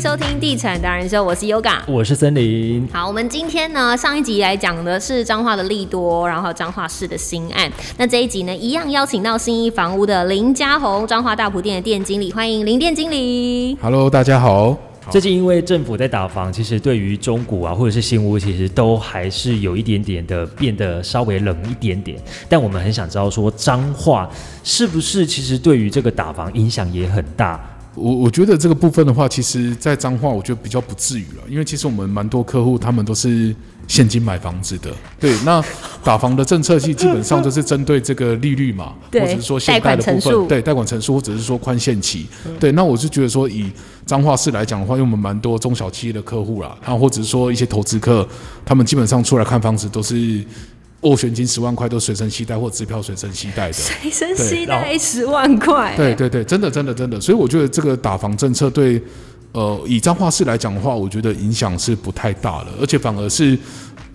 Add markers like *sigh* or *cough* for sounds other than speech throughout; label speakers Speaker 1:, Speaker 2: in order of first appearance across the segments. Speaker 1: 收听《地产达人秀》，我是 Yoga。
Speaker 2: 我是森林，
Speaker 1: 好，我们今天呢，上一集来讲的是彰化的利多，然后彰化市的新案。那这一集呢，一样邀请到新一房屋的林家宏，彰化大埔店的店经理，欢迎林店经 *laughs* 理。
Speaker 3: Hello，大家好。
Speaker 2: 最近因为政府在打房，其实对于中古啊或者是新屋，其实都还是有一点点的变得稍微冷一点点。但我们很想知道说，彰化是不是其实对于这个打房影响也很大？
Speaker 3: 我我觉得这个部分的话，其实，在彰化我觉得比较不至于了，因为其实我们蛮多客户他们都是现金买房子的。对，那打房的政策系基本上就是针对这个利率嘛，
Speaker 1: *laughs*
Speaker 3: 或
Speaker 1: 对
Speaker 3: 者是说现贷
Speaker 1: 贷款
Speaker 3: 的部
Speaker 1: 成数嗯
Speaker 3: 分，对，贷款成数或者是说宽限期。对，那我是觉得说以彰化市来讲的话，因为我们蛮多中小企业的客户啦，然后或者是说一些投资客，他们基本上出来看房子都是。斡旋金十万块都随身携带，或支票随身携带的。
Speaker 1: 随身携
Speaker 2: 对然后
Speaker 1: 带十万
Speaker 2: 哎
Speaker 1: 块，
Speaker 3: 对对对，真的真的真的，所以我觉得这个打房政策对，呃，以彰化市来讲的话，我觉得影响是不太大了，而且反而是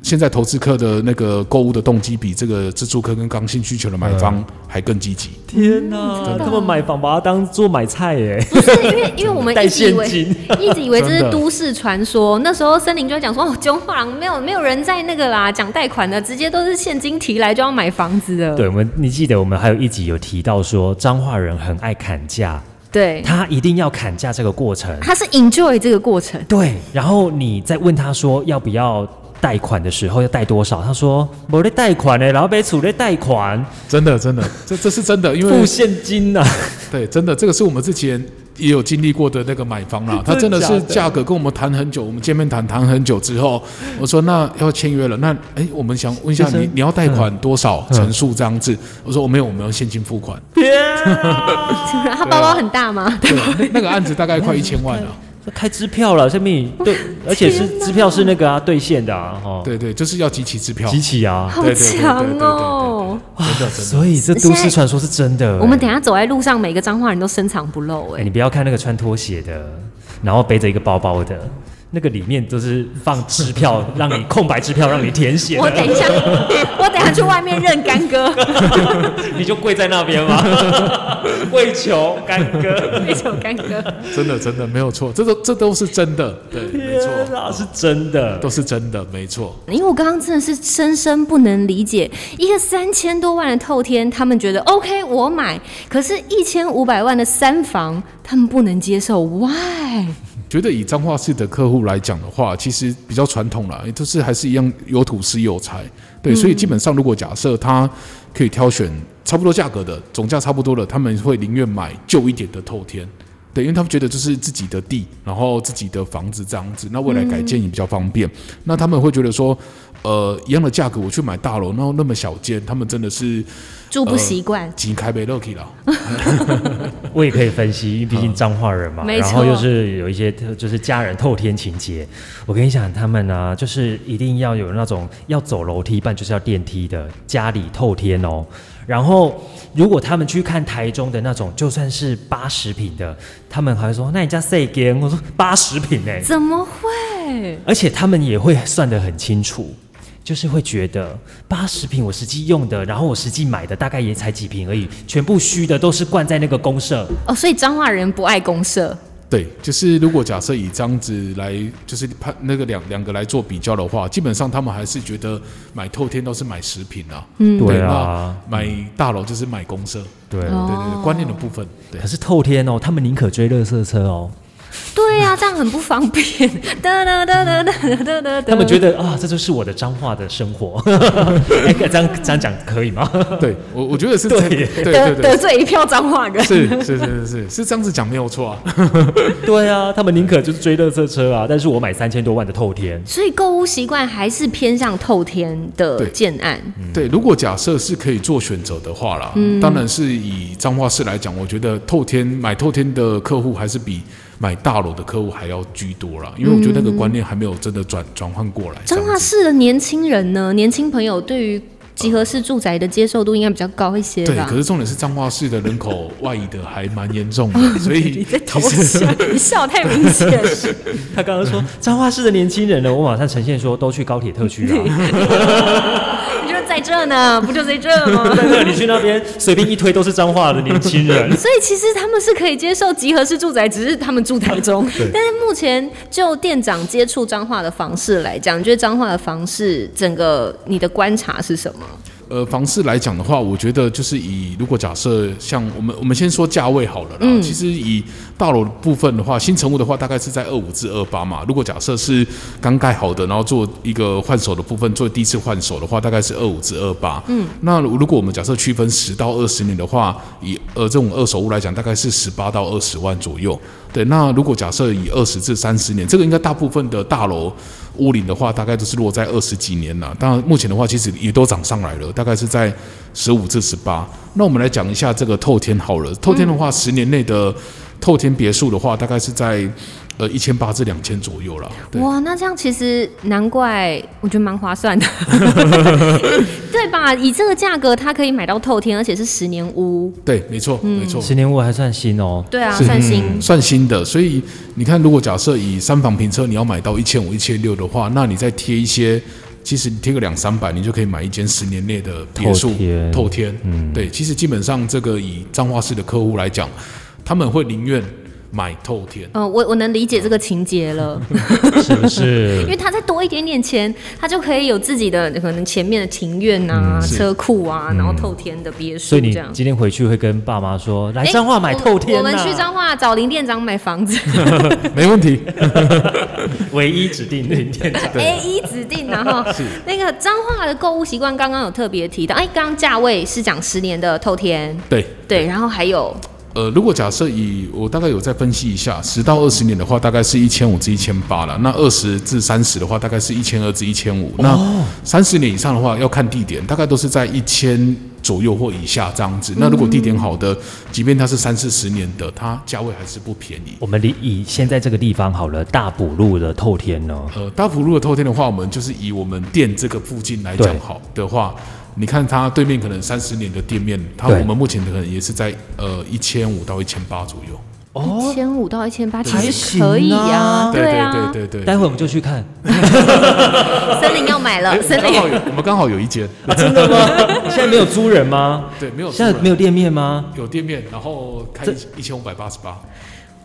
Speaker 3: 现在投资客的那个购物的动机比这个自住客跟刚性需求的买
Speaker 2: 嗯
Speaker 3: 方还更积极。
Speaker 2: 天哪，他们买房把它当做买菜耶！
Speaker 1: 不是因为因为我们
Speaker 2: 带
Speaker 1: 一直以为
Speaker 2: 现
Speaker 1: 一直以为这是
Speaker 3: 真的
Speaker 1: 都市传说，那时候森林就会讲说哦，中化廊没有没有人在那个啦，讲贷款的，直接都是现金提来就要买房子的，
Speaker 2: 对，我们你记得我们还有一集有提到说，彰化人很爱砍价，
Speaker 1: 对，
Speaker 2: 他一定要砍价这个过程。
Speaker 1: 他是 enjoy 这个过
Speaker 2: *laughs*
Speaker 1: 程。
Speaker 2: 对，然后你再问他说要不要贷款的时候要贷多少，他说我在贷款欸呢，然后被处在贷款
Speaker 3: 真的真的，这这是真的，因
Speaker 2: 付
Speaker 3: 为
Speaker 2: 现金啊 *laughs* 呐、
Speaker 3: 对，真的这个是我们之前。也有经历过的那个买方啦，他
Speaker 2: *laughs* 真
Speaker 3: 真
Speaker 2: 的
Speaker 3: 的是
Speaker 2: 假的
Speaker 3: 价格跟我们谈很久，我们见面谈谈很久之后，我说那要签约了，那哎，我们想问一下
Speaker 2: 先生
Speaker 3: 你你要贷款多少
Speaker 2: 嗯
Speaker 3: 成数这样子？我说我没有，我们要现金付款。
Speaker 2: 天啊，
Speaker 1: 他包包很大吗？
Speaker 3: *laughs* 对，那那个案子大概快一千万了。啊
Speaker 2: 开支票了，下面 *laughs* 对，而且是支票是那个啊兑现的啊，哦，
Speaker 3: 对对，就是要集齐支票。
Speaker 2: 集齐啊，
Speaker 1: 好
Speaker 3: 对对对对
Speaker 1: 强
Speaker 3: 对对
Speaker 1: 哦！
Speaker 2: 哇
Speaker 3: 真的真的
Speaker 2: 所以这都市传说是真的、
Speaker 1: 我们等一下走在路上，每个彰化人都深藏不露
Speaker 2: 哎、
Speaker 1: 哎、
Speaker 2: 你不要看那个穿拖鞋的，然后背着一个包包的。那个里面都是放支票，让你空白支票让你填写
Speaker 3: 嗯
Speaker 1: 我等
Speaker 2: 的，
Speaker 1: 一下，我等一下去外面认干哥，
Speaker 2: 你就跪在那边吗？ *laughs* 跪求干哥。
Speaker 1: 那首干哥。
Speaker 3: 真的真的没有错，这都这都是真的，对，没
Speaker 2: 天
Speaker 3: 错，
Speaker 2: 啊，是真的
Speaker 3: *laughs* 都。是真的，没错。
Speaker 1: 因为我刚刚真的是深深不能理解，一个三千多万的透天，他们觉得 OK 我买，可是一千五百万的三房，他们不能接受，Why？
Speaker 3: 觉得以彰化市的客户来讲的话，其实比较传统啦，也就是还是一样有土是有财，
Speaker 1: 嗯
Speaker 3: 对，所以基本上如果假设他可以挑选差不多价格的，总价差不多的，他们会宁愿买旧一点的透天。对，因为他们觉得就是自己的地，然后自己的房子这样子，那未来改建也比较方便。那他们会觉得说，呃，一样的价格我去买大楼，然后那么小间，他们真的是
Speaker 1: 住不习惯。
Speaker 3: 金开杯 lucky 啦。
Speaker 2: 我也可以分析，因为毕竟彰化人嘛，
Speaker 1: 没
Speaker 2: 然
Speaker 1: 错
Speaker 2: 后又是有一些特就是家人透天情节。我跟你讲，他们啊，就是一定要有那种要走楼梯，不然就是要电梯的家里透天哦。然后如果他们去看台中的那种，就算是八十平的，他们还会说：“那你家谁间？”我说：“八十平哎、
Speaker 1: 怎么会？
Speaker 2: 而且他们也会算得很清楚，就是会觉得八十平我实际用的，然后我实际买的大概也才几平而已，全部虚的都是灌在那个公社。
Speaker 1: 哦，所以彰化人不爱公社，
Speaker 3: 对，就是如果假设以这样子来，就是判那个两两个来做比较的话，基本上他们还是觉得买透天都是买食品啊，嗯
Speaker 2: 对啊，
Speaker 3: 那买大楼就是买公社，
Speaker 2: 对
Speaker 3: 对
Speaker 1: 哦
Speaker 3: 对对，观念的部分，对
Speaker 2: 可，是透天哦，他们宁可追垃圾车哦，
Speaker 1: 对啊呀、这样很不方便。 *laughs* 哒哒哒哒哒哒哒
Speaker 2: 他们觉
Speaker 1: 得
Speaker 2: 得啊，这就是我的彰化的生活。 *laughs* 哎、这样这样讲可以吗？
Speaker 3: 对我我觉得是这样，
Speaker 2: 对
Speaker 3: 对
Speaker 2: 耶
Speaker 3: 对
Speaker 1: 得得
Speaker 3: 对，
Speaker 1: 罪一票彰化人。
Speaker 3: 是是是是是是这样子讲没有错啊，
Speaker 2: 对啊，他们宁可就是追垃圾车啊，但是我买三千多万的透天，
Speaker 1: 所以购物习惯还是偏向透天的
Speaker 3: 对嗯
Speaker 1: 建案，
Speaker 3: 对，如果假设是可以做选择的话啦，
Speaker 1: 嗯
Speaker 3: 当然是以彰化市来讲，我觉得透天买透天的客户还是比买大楼的客户还要居多啦，因为我觉得那个观念还没有真的转转换过来，
Speaker 1: 嗯
Speaker 3: 这
Speaker 1: 彰
Speaker 3: 样
Speaker 1: 化
Speaker 3: 子。
Speaker 1: 市的年轻人呢，年轻朋友对于集合式住宅的接受度应该比较高一些
Speaker 3: 对，
Speaker 1: 吧
Speaker 3: 可？是重点是彰化市的
Speaker 1: *laughs*
Speaker 3: 人口外移的还蛮严重的，所以
Speaker 1: 哦偷笑， *laughs* 你笑太明显
Speaker 3: *laughs*
Speaker 1: 了。
Speaker 2: 他刚刚说彰化市的年轻人呢，我马上呈现说都去高铁特区啊。
Speaker 1: *laughs* 你就在在这呢，不就在这吗？，
Speaker 2: 但是你去那边随便一推都是脏话的年轻人
Speaker 1: 所以其实他们是可以接受集合式住宅，只是他们住台中。但是目前就店长接触彰化的房市来讲，你觉得彰化的房市整个你的观察是什么？
Speaker 3: 呃，房市来讲的话，我觉得就是以如果假设像我们我们先说价位好了啦，其实以大楼的部分的话，新成屋的话大概是在二五至二八嘛。如果假设是刚盖好的，然后做一个换手的部分，做第一次换手的话，大概是二五至二八。嗯，那如果我们假设区分十到二十年的话，以呃这种二手屋来讲，大概是十八到二十万左右。对，那如果假设以二十至三十年，这个应该大部分的大楼屋龄的话，大概都是落在二十几年了。当然，目前的话其实也都涨上来了，大概是在十五至十八。那我们来讲一下这个透天好了，透天的话，十年内的透天别墅的话，大概是在呃一千八至两千左右了。对，
Speaker 1: 哇，那这样其实难怪，我觉得蛮划
Speaker 2: *laughs*
Speaker 1: 算的，对吧？以这个价格，它可以买到透天，而且是十年屋，
Speaker 3: 对，没错，没错。
Speaker 2: 十年我还算新
Speaker 3: *laughs*
Speaker 2: 哦。
Speaker 1: 对啊，
Speaker 3: 是
Speaker 1: 算新。
Speaker 3: 嗯算新的。所以你看，如果假设以三房平车，你要买到一千五、一千六的话，那你再贴一些，其实你贴个两三百，你就可以买一间十年内的别墅
Speaker 2: 透天
Speaker 3: 透天。嗯，对，其实基本上这个以彰化市的客户来讲，他们会宁愿买透
Speaker 2: *laughs*
Speaker 3: 天。
Speaker 1: 嗯、我我能理解这个情节了，
Speaker 2: 是不
Speaker 1: 因
Speaker 2: 是？
Speaker 1: 为他再多一点点钱，他就可以有自己的可能前面的庭院啊、车库啊，然后透天的别
Speaker 2: 嗯所
Speaker 1: 墅
Speaker 2: 以
Speaker 1: 这
Speaker 2: 你
Speaker 1: 样。
Speaker 2: 今天回去会跟爸妈说，来
Speaker 1: 诶
Speaker 2: 彰化买透天、
Speaker 1: 我
Speaker 2: 啊
Speaker 3: 哎
Speaker 1: 们我们去彰化找林店长买房
Speaker 2: *laughs*
Speaker 1: 子 *laughs*
Speaker 3: 没问题，
Speaker 2: 唯一指定零店长。
Speaker 1: ，A 一指定，然后那个彰化的购物习惯，刚刚有特别提到，哎，刚刚价位是讲十年的透天，
Speaker 3: 对。
Speaker 1: 对，然后还有
Speaker 3: 呃，如果假设以我大概有再分析一下，十到二十年的话，大概是一千五至一千八了。那二十至三十的话，大概是一千二至一千五。那三十年以上的话，要看地点，大概都是在一千左右或以下这样子。那如果地点好的，即便它是三四十年的，它价位还是不便宜。
Speaker 2: *laughs* 我们离以现在这个地方好了，大埔路的透天哦呢，
Speaker 3: 呃，大埔路的透天的话，我们就是以我们店这个附近来讲
Speaker 2: 对
Speaker 3: 好的话，你看它对面可能三十年的店面，它
Speaker 2: 对
Speaker 3: 我们目前可能也是在呃一千五到一千八左右。
Speaker 1: 一千五到一千八，其
Speaker 2: 哦还
Speaker 1: 实
Speaker 2: 行
Speaker 1: 可以啊，
Speaker 2: 啊
Speaker 3: 对
Speaker 1: 啊，
Speaker 3: 对对对对。
Speaker 2: 待会我们就去看。 *laughs*
Speaker 1: 森林要买
Speaker 3: 哎
Speaker 1: 了，啊森
Speaker 3: 刚
Speaker 1: 林
Speaker 3: 好有，我们刚好有一间，
Speaker 2: 啊、真的吗？现在没有租人吗？
Speaker 3: 对，没有
Speaker 2: 现在没
Speaker 3: 有
Speaker 2: 有店面吗？
Speaker 3: 有店面，然后开一千五百八十八，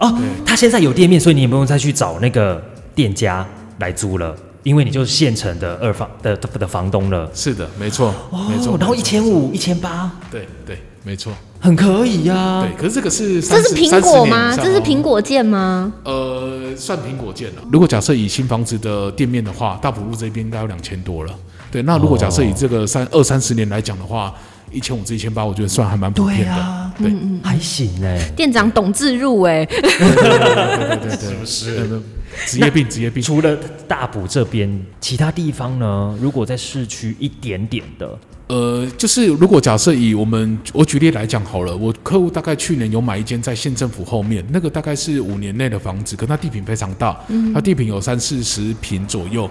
Speaker 2: 哦，他现在有店面，所以你也不用再去找那个店家来租了，因为你就是现成的二房的的的房东了。
Speaker 3: 是的，没错，没错
Speaker 2: 哦，，然后
Speaker 3: 没
Speaker 2: 一
Speaker 3: 错，
Speaker 2: 千五、一千八，
Speaker 3: 对对，没错，
Speaker 2: 很可以呀、
Speaker 3: 对。可是这个是
Speaker 1: 啊这是
Speaker 3: 30
Speaker 1: 苹果吗？
Speaker 3: 30年以上
Speaker 1: 这是
Speaker 3: 哦
Speaker 1: 苹果键吗？
Speaker 3: 呃，算苹果建了。如果假设以新房子的店面的话，大埔路这边应该有两千多了。对，那如果假设以这个三二三十年来讲的话，一千五至一千八，我觉得算还蛮普
Speaker 2: 对
Speaker 3: 遍
Speaker 2: 呀、
Speaker 3: 的。
Speaker 1: 啊
Speaker 3: 对
Speaker 1: 嗯
Speaker 2: 还行哎、
Speaker 1: 店长董自入哎、
Speaker 3: 对对对，是不是？呃职业病，职业病。
Speaker 2: 除了大埔这边，其他地方呢？如果在市区一点点的，
Speaker 3: 呃，就是如果假设以我们我举例来讲好了，我客户大概去年有买一间在县政府后面，那个大概是五年内的房子，可它地坪非常大，
Speaker 1: 嗯
Speaker 3: 它地坪有三四十坪左右，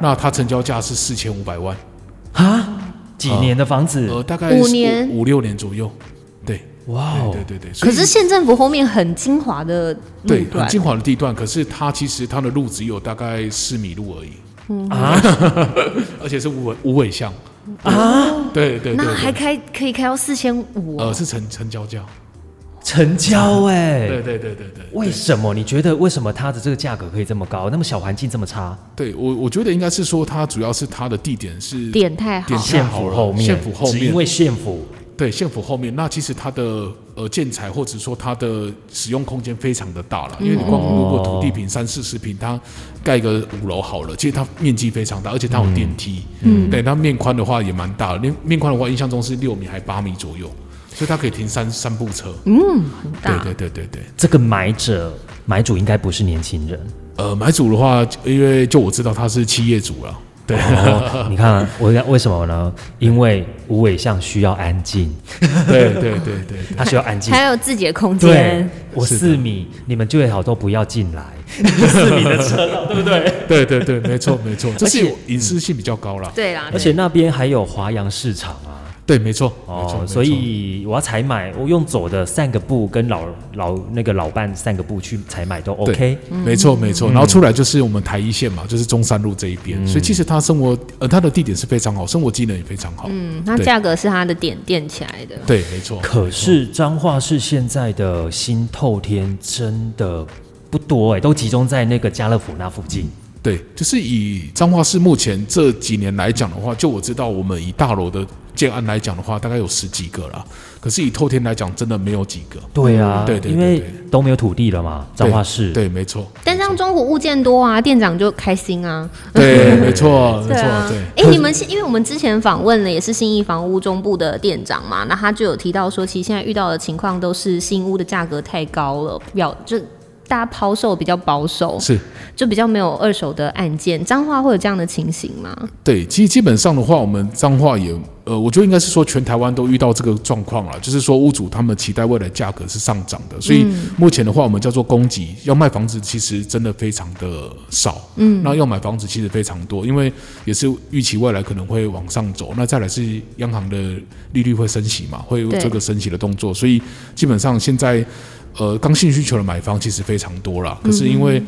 Speaker 3: 那它成交价是四千五百万，
Speaker 2: 啊，几年的房子，
Speaker 3: 呃，大概
Speaker 1: 五
Speaker 3: 是
Speaker 1: 年
Speaker 3: 五六年左右，对，
Speaker 2: 哇哦
Speaker 3: 对，对对对，所
Speaker 1: 可
Speaker 3: 以
Speaker 1: 是县政府后面很精华的路
Speaker 3: 对很
Speaker 1: 段，
Speaker 3: 精华的地段，可是它其实它的路只有大概四米路而已，
Speaker 2: 啊，
Speaker 3: *laughs* 而且是无尾无尾巷啊，对对对
Speaker 1: 那还
Speaker 3: 对，
Speaker 1: 开可以开到四千五哦
Speaker 3: 呃，是成成交价，
Speaker 2: 成交哎、
Speaker 3: 对对对对对。
Speaker 2: 为什么？你觉得为什么它的这个价格可以这么高？那么小环境这么差？
Speaker 3: 对我，我觉得应该是说，它主要是它的地点是
Speaker 1: 点太好
Speaker 3: 点。
Speaker 2: 县
Speaker 3: 县
Speaker 2: 府
Speaker 3: 府
Speaker 2: 后
Speaker 3: 后
Speaker 2: 面，
Speaker 3: 面县府后面
Speaker 2: 只因为县府
Speaker 3: 对县府后面。那其实它的呃建材或者说它的使用空间非常的大了，因为你光如果土地坪三四十平，它盖个五楼好了，其实它面积非常大，而且它有电梯，嗯，对，它面宽的话也蛮大的，面面宽的话印象中是六米还八米左右，所以它可以停三三部车，嗯，
Speaker 1: 大
Speaker 3: 对对对对对。
Speaker 2: 这个买者买主应该不是年轻人。
Speaker 3: 呃，买主的话，因为就我知道他是企业主了，对，
Speaker 2: 哦，你看我为什么呢？因为无尾巷需要安静，
Speaker 3: *laughs* 对对对对对。
Speaker 2: 它需要安
Speaker 1: *laughs*
Speaker 2: 静
Speaker 1: 还。有自己的空
Speaker 2: 对
Speaker 1: 间，，
Speaker 2: 我
Speaker 3: 是的
Speaker 2: 四米，你们最好都不要进来，四米的车道，对不对？
Speaker 3: 对对对，没错没错，这
Speaker 2: 而且嗯
Speaker 3: 是隐私性比较高啦。
Speaker 1: 对啦，
Speaker 2: 而且那边还有华阳市场啊，
Speaker 3: 对，没错，没
Speaker 2: 哦
Speaker 3: 错没，错
Speaker 2: 所以我要采买，我用走的散个步，跟老老那个老伴散个步去采买都 OK。嗯
Speaker 3: 没错没错，然后出来就是我们台一线嘛，就是中山路这一
Speaker 2: 嗯
Speaker 3: 边，所以其实他生活呃他的地点是非常好，生活机能也非常好。
Speaker 1: 嗯，那
Speaker 3: 对
Speaker 1: 价格是它的点垫起来的。
Speaker 3: 对，没错，
Speaker 2: 可是彰化市现在的新透天真的不多哎、都集中在那个家乐福那附
Speaker 3: 嗯
Speaker 2: 近。
Speaker 3: 对，就是以彰化市目前这几年来讲的话，就我知道我们以大楼的建案来讲的话，大概有十几个啦，可是以透天来讲，真的没有几个。
Speaker 2: 对啊，
Speaker 3: 对对对
Speaker 2: 因为
Speaker 3: 对
Speaker 2: 都没有土地了嘛，彰化市。
Speaker 3: 对，对没
Speaker 2: *laughs*
Speaker 3: 错，
Speaker 1: 但像中古物件多啊，店长就开心啊。
Speaker 3: 对，没错，没
Speaker 1: 对啊
Speaker 3: 错，对。，
Speaker 1: 哎、你们现因为我们之前访问了也是新义房屋中部的店长嘛，那他就有提到说，其实现在遇到的情况都是新屋的价格太高了，表就大家抛售比较保守，
Speaker 3: 是
Speaker 1: 就比较没有二手的案件。彰化会有这样的情形吗？
Speaker 3: 对，其实基本上的话，我们彰化也，呃，我觉得应该是说全台湾都遇到这个状况了，就是说屋主他们期待未来价格是上涨的，所以目前的话，我们叫做供给，要卖房子其实真的非常的少，嗯，那要买房子其实非常多，因为也是预期未来可能会往上走，那再来是央行的利率会升息嘛，会有
Speaker 1: 对
Speaker 3: 这个升息的动作，所以基本上现在，呃，刚性需求的买方其实非常多啦，可是因为、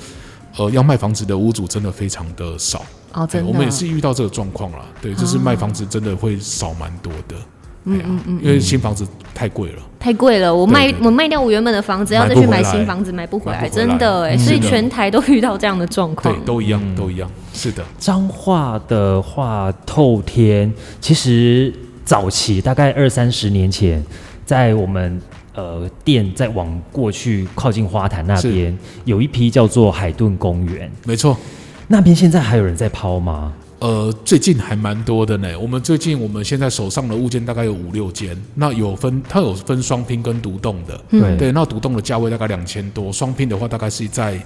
Speaker 3: 呃，要卖房子的屋主真的非常的少，
Speaker 1: 哦，真
Speaker 3: 对
Speaker 1: 的，
Speaker 3: 哎我们也是遇到这个状况啦。对，就是卖房子真的会少蛮多的。嗯嗯嗯，因为新房子太贵了。
Speaker 1: 太贵了，我卖
Speaker 3: 对对对
Speaker 1: 我卖掉我原本的房子，要再去买新房子，买不回来，
Speaker 3: 买不回来
Speaker 1: 真的哎、
Speaker 3: 嗯
Speaker 1: 所以
Speaker 3: 是的
Speaker 1: 全台都遇到这样的状
Speaker 3: 对
Speaker 1: 况，。
Speaker 3: 都一样，
Speaker 2: 嗯
Speaker 3: 都一样。是的，
Speaker 2: 彰化的话，透天其实早期大概二三十年前，在我们呃店再往过去靠近花坛那边，有一批叫做海顿公园，
Speaker 3: 没错。
Speaker 2: 那边现在还有人在抛吗？
Speaker 3: 呃，最近还蛮多的呢。我们最近我们现在手上的物件大概有五六间，那有分它有分双拼跟独栋的。
Speaker 2: 对
Speaker 3: 对，那独栋的价位大概两千多，双拼的话大概是在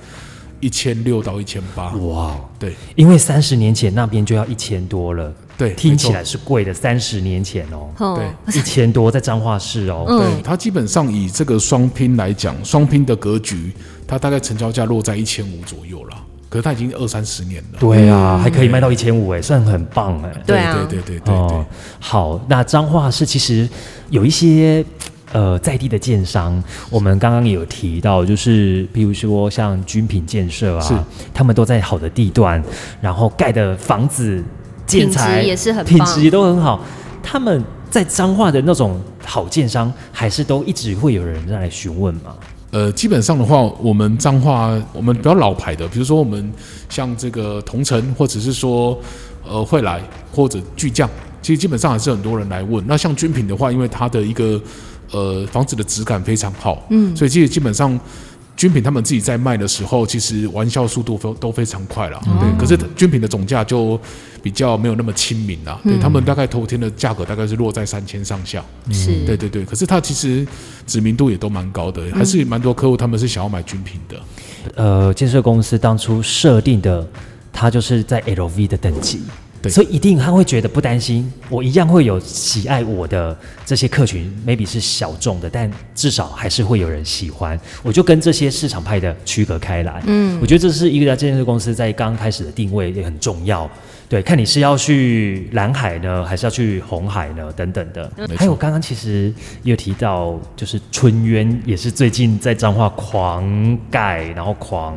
Speaker 3: 一千六到一千八。
Speaker 2: 哇，
Speaker 3: 对
Speaker 2: 因为三十年前那边就要一千多了，
Speaker 3: 对，
Speaker 2: 听
Speaker 3: 没错
Speaker 2: 起来是贵的。三十年前哦，
Speaker 1: 哦
Speaker 3: 对
Speaker 2: 一千多在彰化市哦，
Speaker 1: 嗯
Speaker 3: 对，它基本上以这个双拼来讲，双拼的格局，它大概成交价落在一千五左右了。可是它已经二三十年了。
Speaker 2: 对啊，还可以卖到一千五哎，算很棒哎。
Speaker 1: 对啊
Speaker 3: 对对对对对，
Speaker 2: 哦好，那彰化市其实有一些呃在地的建商，我们刚刚也有提到，就是譬如说像军品建设
Speaker 3: 是
Speaker 2: 啊，他们都在好的地段，然后盖的房子建材
Speaker 1: 品质也是很
Speaker 2: 品
Speaker 1: 棒
Speaker 2: 质也都很好，他们。在彰化的那种好建商，还是都一直会有人在来询问嘛？
Speaker 3: 呃，基本上的话，我们彰化，我们比较老牌的，比如说我们像这个同城，或者是说呃惠来或者巨匠，其实基本上还是很多人来问。那像军品的话，因为它的一个呃房子的质感非常好，嗯，所以其实基本上。军品他们自己在卖的时候，其实玩笑速度都都非常快了，对。可是军品的总价就比较没有那么亲民啦，对他们大概头天的价格大概是落在三千上下，
Speaker 1: 是，
Speaker 3: 对对对，可是它其实知名度也都蛮高的，还是蛮多客户他们是想要买军品的。
Speaker 2: 呃，建设公司当初设定的，它就是在 LV 的等级，
Speaker 3: 对
Speaker 2: 所以一定他会觉得不担心，我一样会有喜爱我的这些客群，maybe 是小众的，但至少还是会有人喜欢，我就跟这些市场派的区隔开来。嗯，我觉得这是一个建设公司在刚开始的定位也很重要。对，看你是要去蓝海呢，还是要去红海呢，等等的。
Speaker 3: 没错
Speaker 2: 还有刚刚其实也有提到，就是春渊也是最近在彰化狂盖，然后狂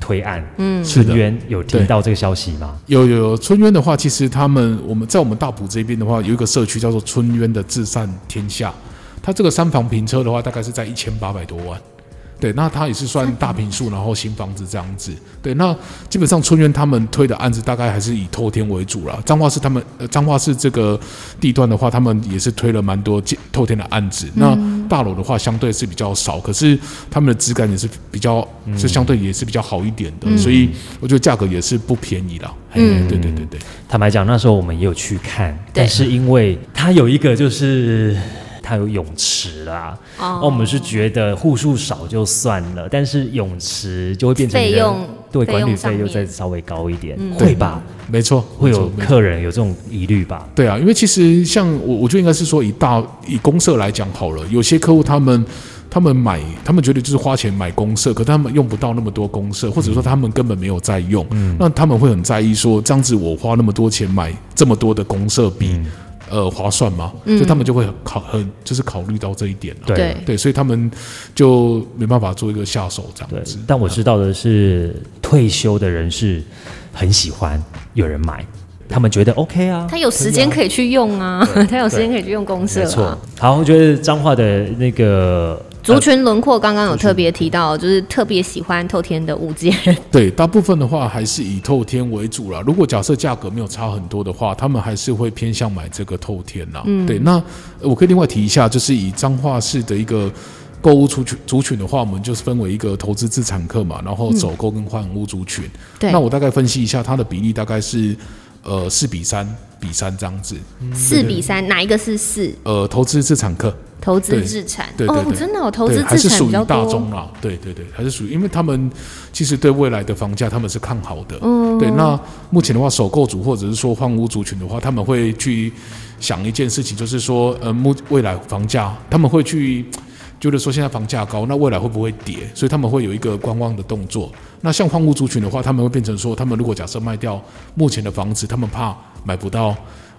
Speaker 2: 推案。嗯，
Speaker 3: 是的
Speaker 2: 春渊有听
Speaker 3: 对
Speaker 2: 到这个消息吗？
Speaker 3: 有有有，春渊的话，其实他们我们在我们大埔这边的话，有一个社区叫做春渊的至善天下，它这个三房平车的话，大概是在一千八百多万。对，那它也是算大平数，然后新房子这样子。对，那基本上春渊他们推的案子大概还是以透天为主啦。彰化市他们，呃，彰化市这个地段的话，他们也是推了蛮多建透天的案子。那大楼的话，相对是比较少，可是他们的质感也是比较，是相对也是比较好一点的，所以我觉得价格也是不便宜啦。嗯，对对对对，
Speaker 2: 坦白讲，那时候我们也有去看，
Speaker 1: 对
Speaker 2: 但是因为它有一个就是它有泳池啦，
Speaker 1: 哦
Speaker 2: 我们是觉得户数少就算了，但是泳池就会变成你的
Speaker 1: 费用
Speaker 2: 对
Speaker 1: 费用
Speaker 2: 管理
Speaker 1: 上
Speaker 2: 费又
Speaker 1: 面嗯
Speaker 2: 再稍微高一点，会吧？
Speaker 3: 没错，
Speaker 2: 会
Speaker 3: 没
Speaker 2: 有
Speaker 3: 错没错
Speaker 2: 客人有这种疑虑吧？
Speaker 3: 对啊，因为其实像我，我觉得应该是说以大以公社来讲好了，有些客户他们他们买，他们觉得就是花钱买公社，可他们用不到那么多公社，或者说他们根本没有在
Speaker 2: 嗯嗯
Speaker 3: 用，那他们会很在意说这样子我花那么多钱买这么多的公社比。呃划算嘛，所以他们就会考很就是考虑到这一点了。
Speaker 2: 对
Speaker 1: 对
Speaker 3: 对，所以他们就没办法做一个下手这
Speaker 2: 对
Speaker 3: 样子。，
Speaker 2: 但我知道的是，退休的人是很喜欢有人买，他们觉得 OK 啊，
Speaker 1: 他有时间
Speaker 2: 以
Speaker 1: 可以去用啊， *laughs* 他有时间可以去用公社
Speaker 2: 没错
Speaker 1: 啊。。
Speaker 2: 好，我觉得彰化的那个
Speaker 3: 呃
Speaker 1: 族群轮廓刚刚有特别提到，就是特别喜欢透天的物件，
Speaker 3: 嗯对，大部分的话还是以透天为主啦。如果假设价格没有差很多的话，他们还是会偏向买这个透天啦。对，那呃我可以另外提一下，就是以彰化市的一个。购物族群族群的话，我们就是分为一个投资资产客嘛，然后走购跟换屋族群。
Speaker 1: 对
Speaker 3: 那我大概分析一下，它的比例大概是呃四比三比三这样子。
Speaker 1: 四比三，哪一个是四？
Speaker 3: 呃，投资资产客，
Speaker 1: 投资
Speaker 3: 对
Speaker 1: 自产
Speaker 3: 对对
Speaker 1: 哦，
Speaker 3: 对
Speaker 1: 真的哦，投
Speaker 3: 对
Speaker 1: 资
Speaker 3: 还
Speaker 1: 自
Speaker 3: 是
Speaker 1: 产
Speaker 3: 属
Speaker 1: 比
Speaker 3: 于
Speaker 1: 较
Speaker 3: 大
Speaker 1: 多
Speaker 3: 众。啦，对对对，还是属于，因为他们其实对未来的房价他们是看好的，
Speaker 1: 嗯
Speaker 3: 对。那目前的话，首购族或者是说换屋族群的话，他们会去想一件事情，就是说，呃，目未来房价他们会去。觉得说现在房价高，那未来会不会跌？所以他们会有一个观望的动作。那像换屋族群的话，他们会变成说，他们如果假设卖掉目前的房子，他们怕买不到，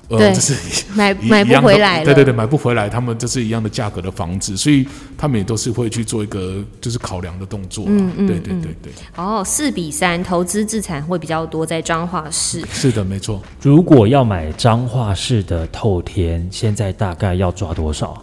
Speaker 3: 呃，
Speaker 1: 对
Speaker 3: 这是
Speaker 1: 买
Speaker 3: 一
Speaker 1: 买
Speaker 3: 一样
Speaker 1: 不
Speaker 3: 的
Speaker 1: 回来了，
Speaker 3: 对对对，买不回来，他们这是一样的价格的房子，所以他们也都是会去做一个就是考量的动作啦。嗯嗯，对对对对，
Speaker 1: 哦，四比三，投资自产会比较多在彰化市。
Speaker 3: 是的，没错。
Speaker 2: 如果要买彰化市的透天，现在大概要抓多少？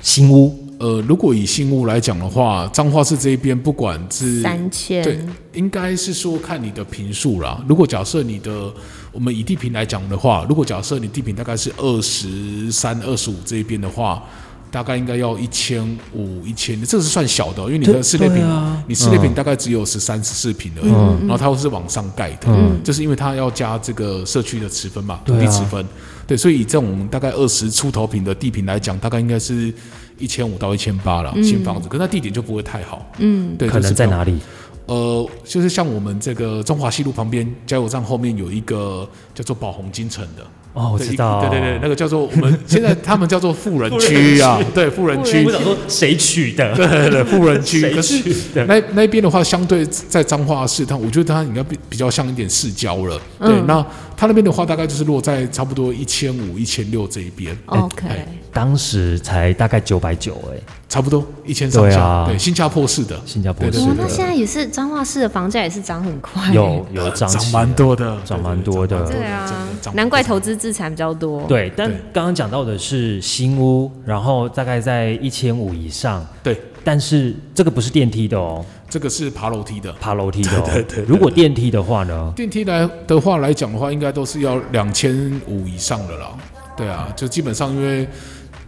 Speaker 2: 新屋
Speaker 3: 呃，如果以新屋来讲的话，彰化市这一边不管是
Speaker 1: 三千
Speaker 3: 对，应该是说看你的平数啦。如果假设你的，我们以地平来讲的话，如果假设你地平大概是二十三、二十五这一边的话，大概应该要一千五、一千，这是算小的哦，因为你
Speaker 2: 对
Speaker 3: 的室内
Speaker 2: 对
Speaker 3: 平，
Speaker 2: 啊嗯
Speaker 3: 你室内平大概只有十三、十四平而已，然后它又是往上盖的，就是因为它要加这个社区的持分嘛，土地
Speaker 2: 对啊
Speaker 3: 持分。对，所以以这种大概二十出头平的地平来讲，大概应该是一千五到一千八
Speaker 2: 嗯
Speaker 3: 了，新房子，可是它地点就不会太好。嗯，对，
Speaker 2: 可
Speaker 3: 就
Speaker 2: 能
Speaker 3: 是
Speaker 2: 在
Speaker 3: 比较
Speaker 2: 哪里？
Speaker 3: 呃，就是像我们这个中华西路旁边加油站后面有一个叫做宝红金城的。
Speaker 2: 哦，我
Speaker 3: 对
Speaker 2: 知
Speaker 3: 一
Speaker 2: 道，
Speaker 3: 对对对，那个叫做我
Speaker 2: *laughs*
Speaker 3: 们现在他们叫做富人区啊，对，富人区
Speaker 2: 我，想说谁取的？
Speaker 3: *laughs* 对对对，富人区。
Speaker 2: 谁
Speaker 3: 可是
Speaker 2: 去的
Speaker 3: 那那边的话，相对在彰化市，它我觉得它应该比比较像一点市郊了。
Speaker 2: 嗯
Speaker 3: 对，那它那边的话，大概就是落在差不多一千五、一千六这一边，
Speaker 1: 哦
Speaker 2: 哦
Speaker 1: OK，
Speaker 3: 哎
Speaker 2: 当时才大概九百九哎，
Speaker 3: 差不多一千上
Speaker 2: 对
Speaker 3: 下。
Speaker 2: 啊
Speaker 3: 对，新加坡市的，
Speaker 2: 新加坡
Speaker 3: 对对
Speaker 2: 市
Speaker 1: 哇
Speaker 2: 的，
Speaker 1: 那现在也是彰化市的房价也是涨很快，
Speaker 2: 有有涨
Speaker 3: 涨
Speaker 2: 起来
Speaker 3: 蛮多的，
Speaker 2: 涨
Speaker 3: 对
Speaker 2: 蛮多的
Speaker 1: 对
Speaker 3: 真的
Speaker 1: 啊
Speaker 3: 涨蛮多，的
Speaker 1: 难怪投资自产比较多。，
Speaker 2: 对，但
Speaker 3: 对
Speaker 2: 刚刚讲到的是新屋，然后大概在一千五以上，
Speaker 3: 对，
Speaker 2: 但是这个不是电梯的哦，
Speaker 3: 这个是爬楼梯的。
Speaker 2: 爬楼梯的哦。
Speaker 3: 对对对对
Speaker 2: 如果电梯的话呢？
Speaker 3: 电梯来的话来讲的话，应该都是要两千五以上的啦。对啊，就基本上因为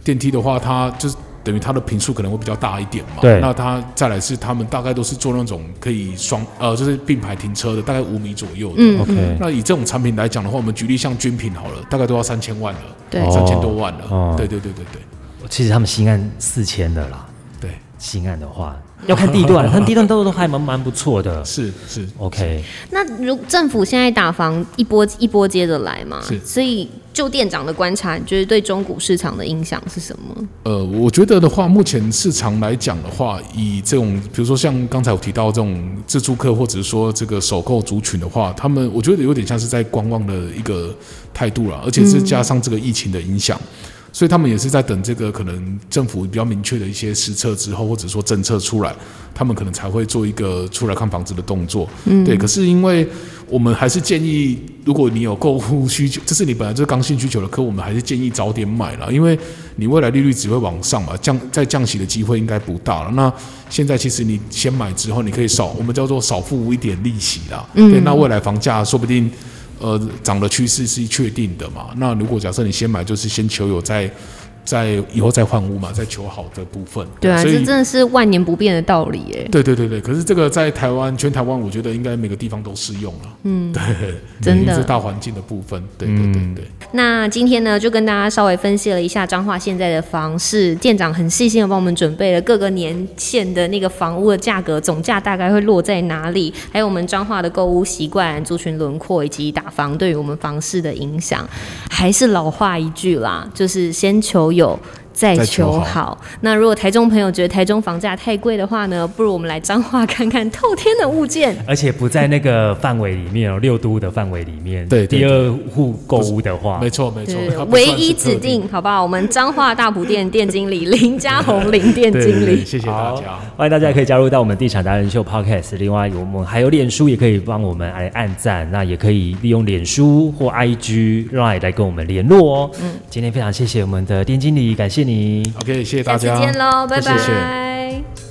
Speaker 3: 电梯的话，它就是等于它的频数可能会比较大一点嘛。
Speaker 2: 对
Speaker 3: 那它再来是他们大概都是做那种可以双呃，就是并排停车的，大概五米左右的。
Speaker 1: 嗯，
Speaker 2: OK，
Speaker 3: 那以这种产品来讲的话，我们举例像军品好了，大概都要三千万了，
Speaker 1: 对
Speaker 3: 三千多万了。
Speaker 2: 哦
Speaker 3: 对对对对对
Speaker 2: 其实他们新案四千的啦，
Speaker 3: 对，
Speaker 2: 新案的话要看地段，看地段都都还蛮蛮不错的。
Speaker 3: 是是。
Speaker 2: OK，
Speaker 1: 那如政府现在打房一波一波接着来嘛
Speaker 3: 是，
Speaker 1: 所以就店长的观察，你觉得对中古市场的影响是什么？
Speaker 3: 呃，我觉得的话，目前市场来讲的话，以这种比如说像刚才我提到这种自住客或者是说这个首购族群的话，他们我觉得有点像是在观望的一个态度了，而且是加上这个疫情的影响。所以他们也是在等这个可能政府比较明确的一些施策之后，或者说政策出来，他们可能才会做一个出来看房子的动作。嗯，对。可是因为我们还是建议，如果你有购物需求，这是你本来就是刚性需求的，可我们还是建议早点买了，因为你未来利率只会往上嘛，降再降息的机会应该不大了。那现在其实你先买之后，你可以少我们叫做少付一点利息啦。嗯，对。那未来房价说不定。呃涨的趋势是确定的嘛。那如果假设你先买，就是先求有再再以后再换屋嘛，再求好的部分。
Speaker 1: 对啊，
Speaker 3: 所
Speaker 1: 这
Speaker 3: 以
Speaker 1: 真的是万年不变的道理耶，
Speaker 3: 对对对对，可是这个在台湾全台湾，我觉得应该每个地方都适用了。嗯， *laughs* 对，
Speaker 1: 真
Speaker 3: 因为是
Speaker 1: 的。嗯
Speaker 3: 大环境的部分。对对对对，
Speaker 1: 那今天呢，就跟大家稍微分析了一下彰化现在的房市，店长很细心的帮我们准备了各个年限的那个房屋的价格总价大概会落在哪里，还有我们彰化的购物习惯、族群轮廓以及打房对于我们房市的影响。还是老话一句啦，就是先求有。再
Speaker 3: 再求
Speaker 1: 求
Speaker 3: 好
Speaker 1: 好。那如果台中朋友觉得台中房价太贵的话呢，不如我们来彰化看看透天的物件。
Speaker 2: 而且不在那个范围里面哦，六都的范围里面。
Speaker 3: 对对
Speaker 2: 第二户购物的话
Speaker 3: 没，错没错
Speaker 1: 对，
Speaker 3: 它，不
Speaker 1: 唯
Speaker 3: 算是
Speaker 1: 一
Speaker 3: 特
Speaker 1: 指定，好不好？我们彰化大埔店店经理林家宏林店
Speaker 2: 对
Speaker 1: 经
Speaker 2: 对对
Speaker 1: 理，
Speaker 3: 谢谢大家。
Speaker 2: 欢迎大家也可以加入到我们地产达人秀 Podcast。另外，我们还有脸书，也可以帮我们来按赞，那也可以利用脸书或 IG Line 来跟我们联络哦。嗯，今天非常谢谢我们的店经理，感谢你。
Speaker 3: OK，谢谢
Speaker 1: 下
Speaker 3: 大
Speaker 1: 次
Speaker 3: 家，
Speaker 1: 见喽，拜
Speaker 3: 谢谢
Speaker 1: 拜。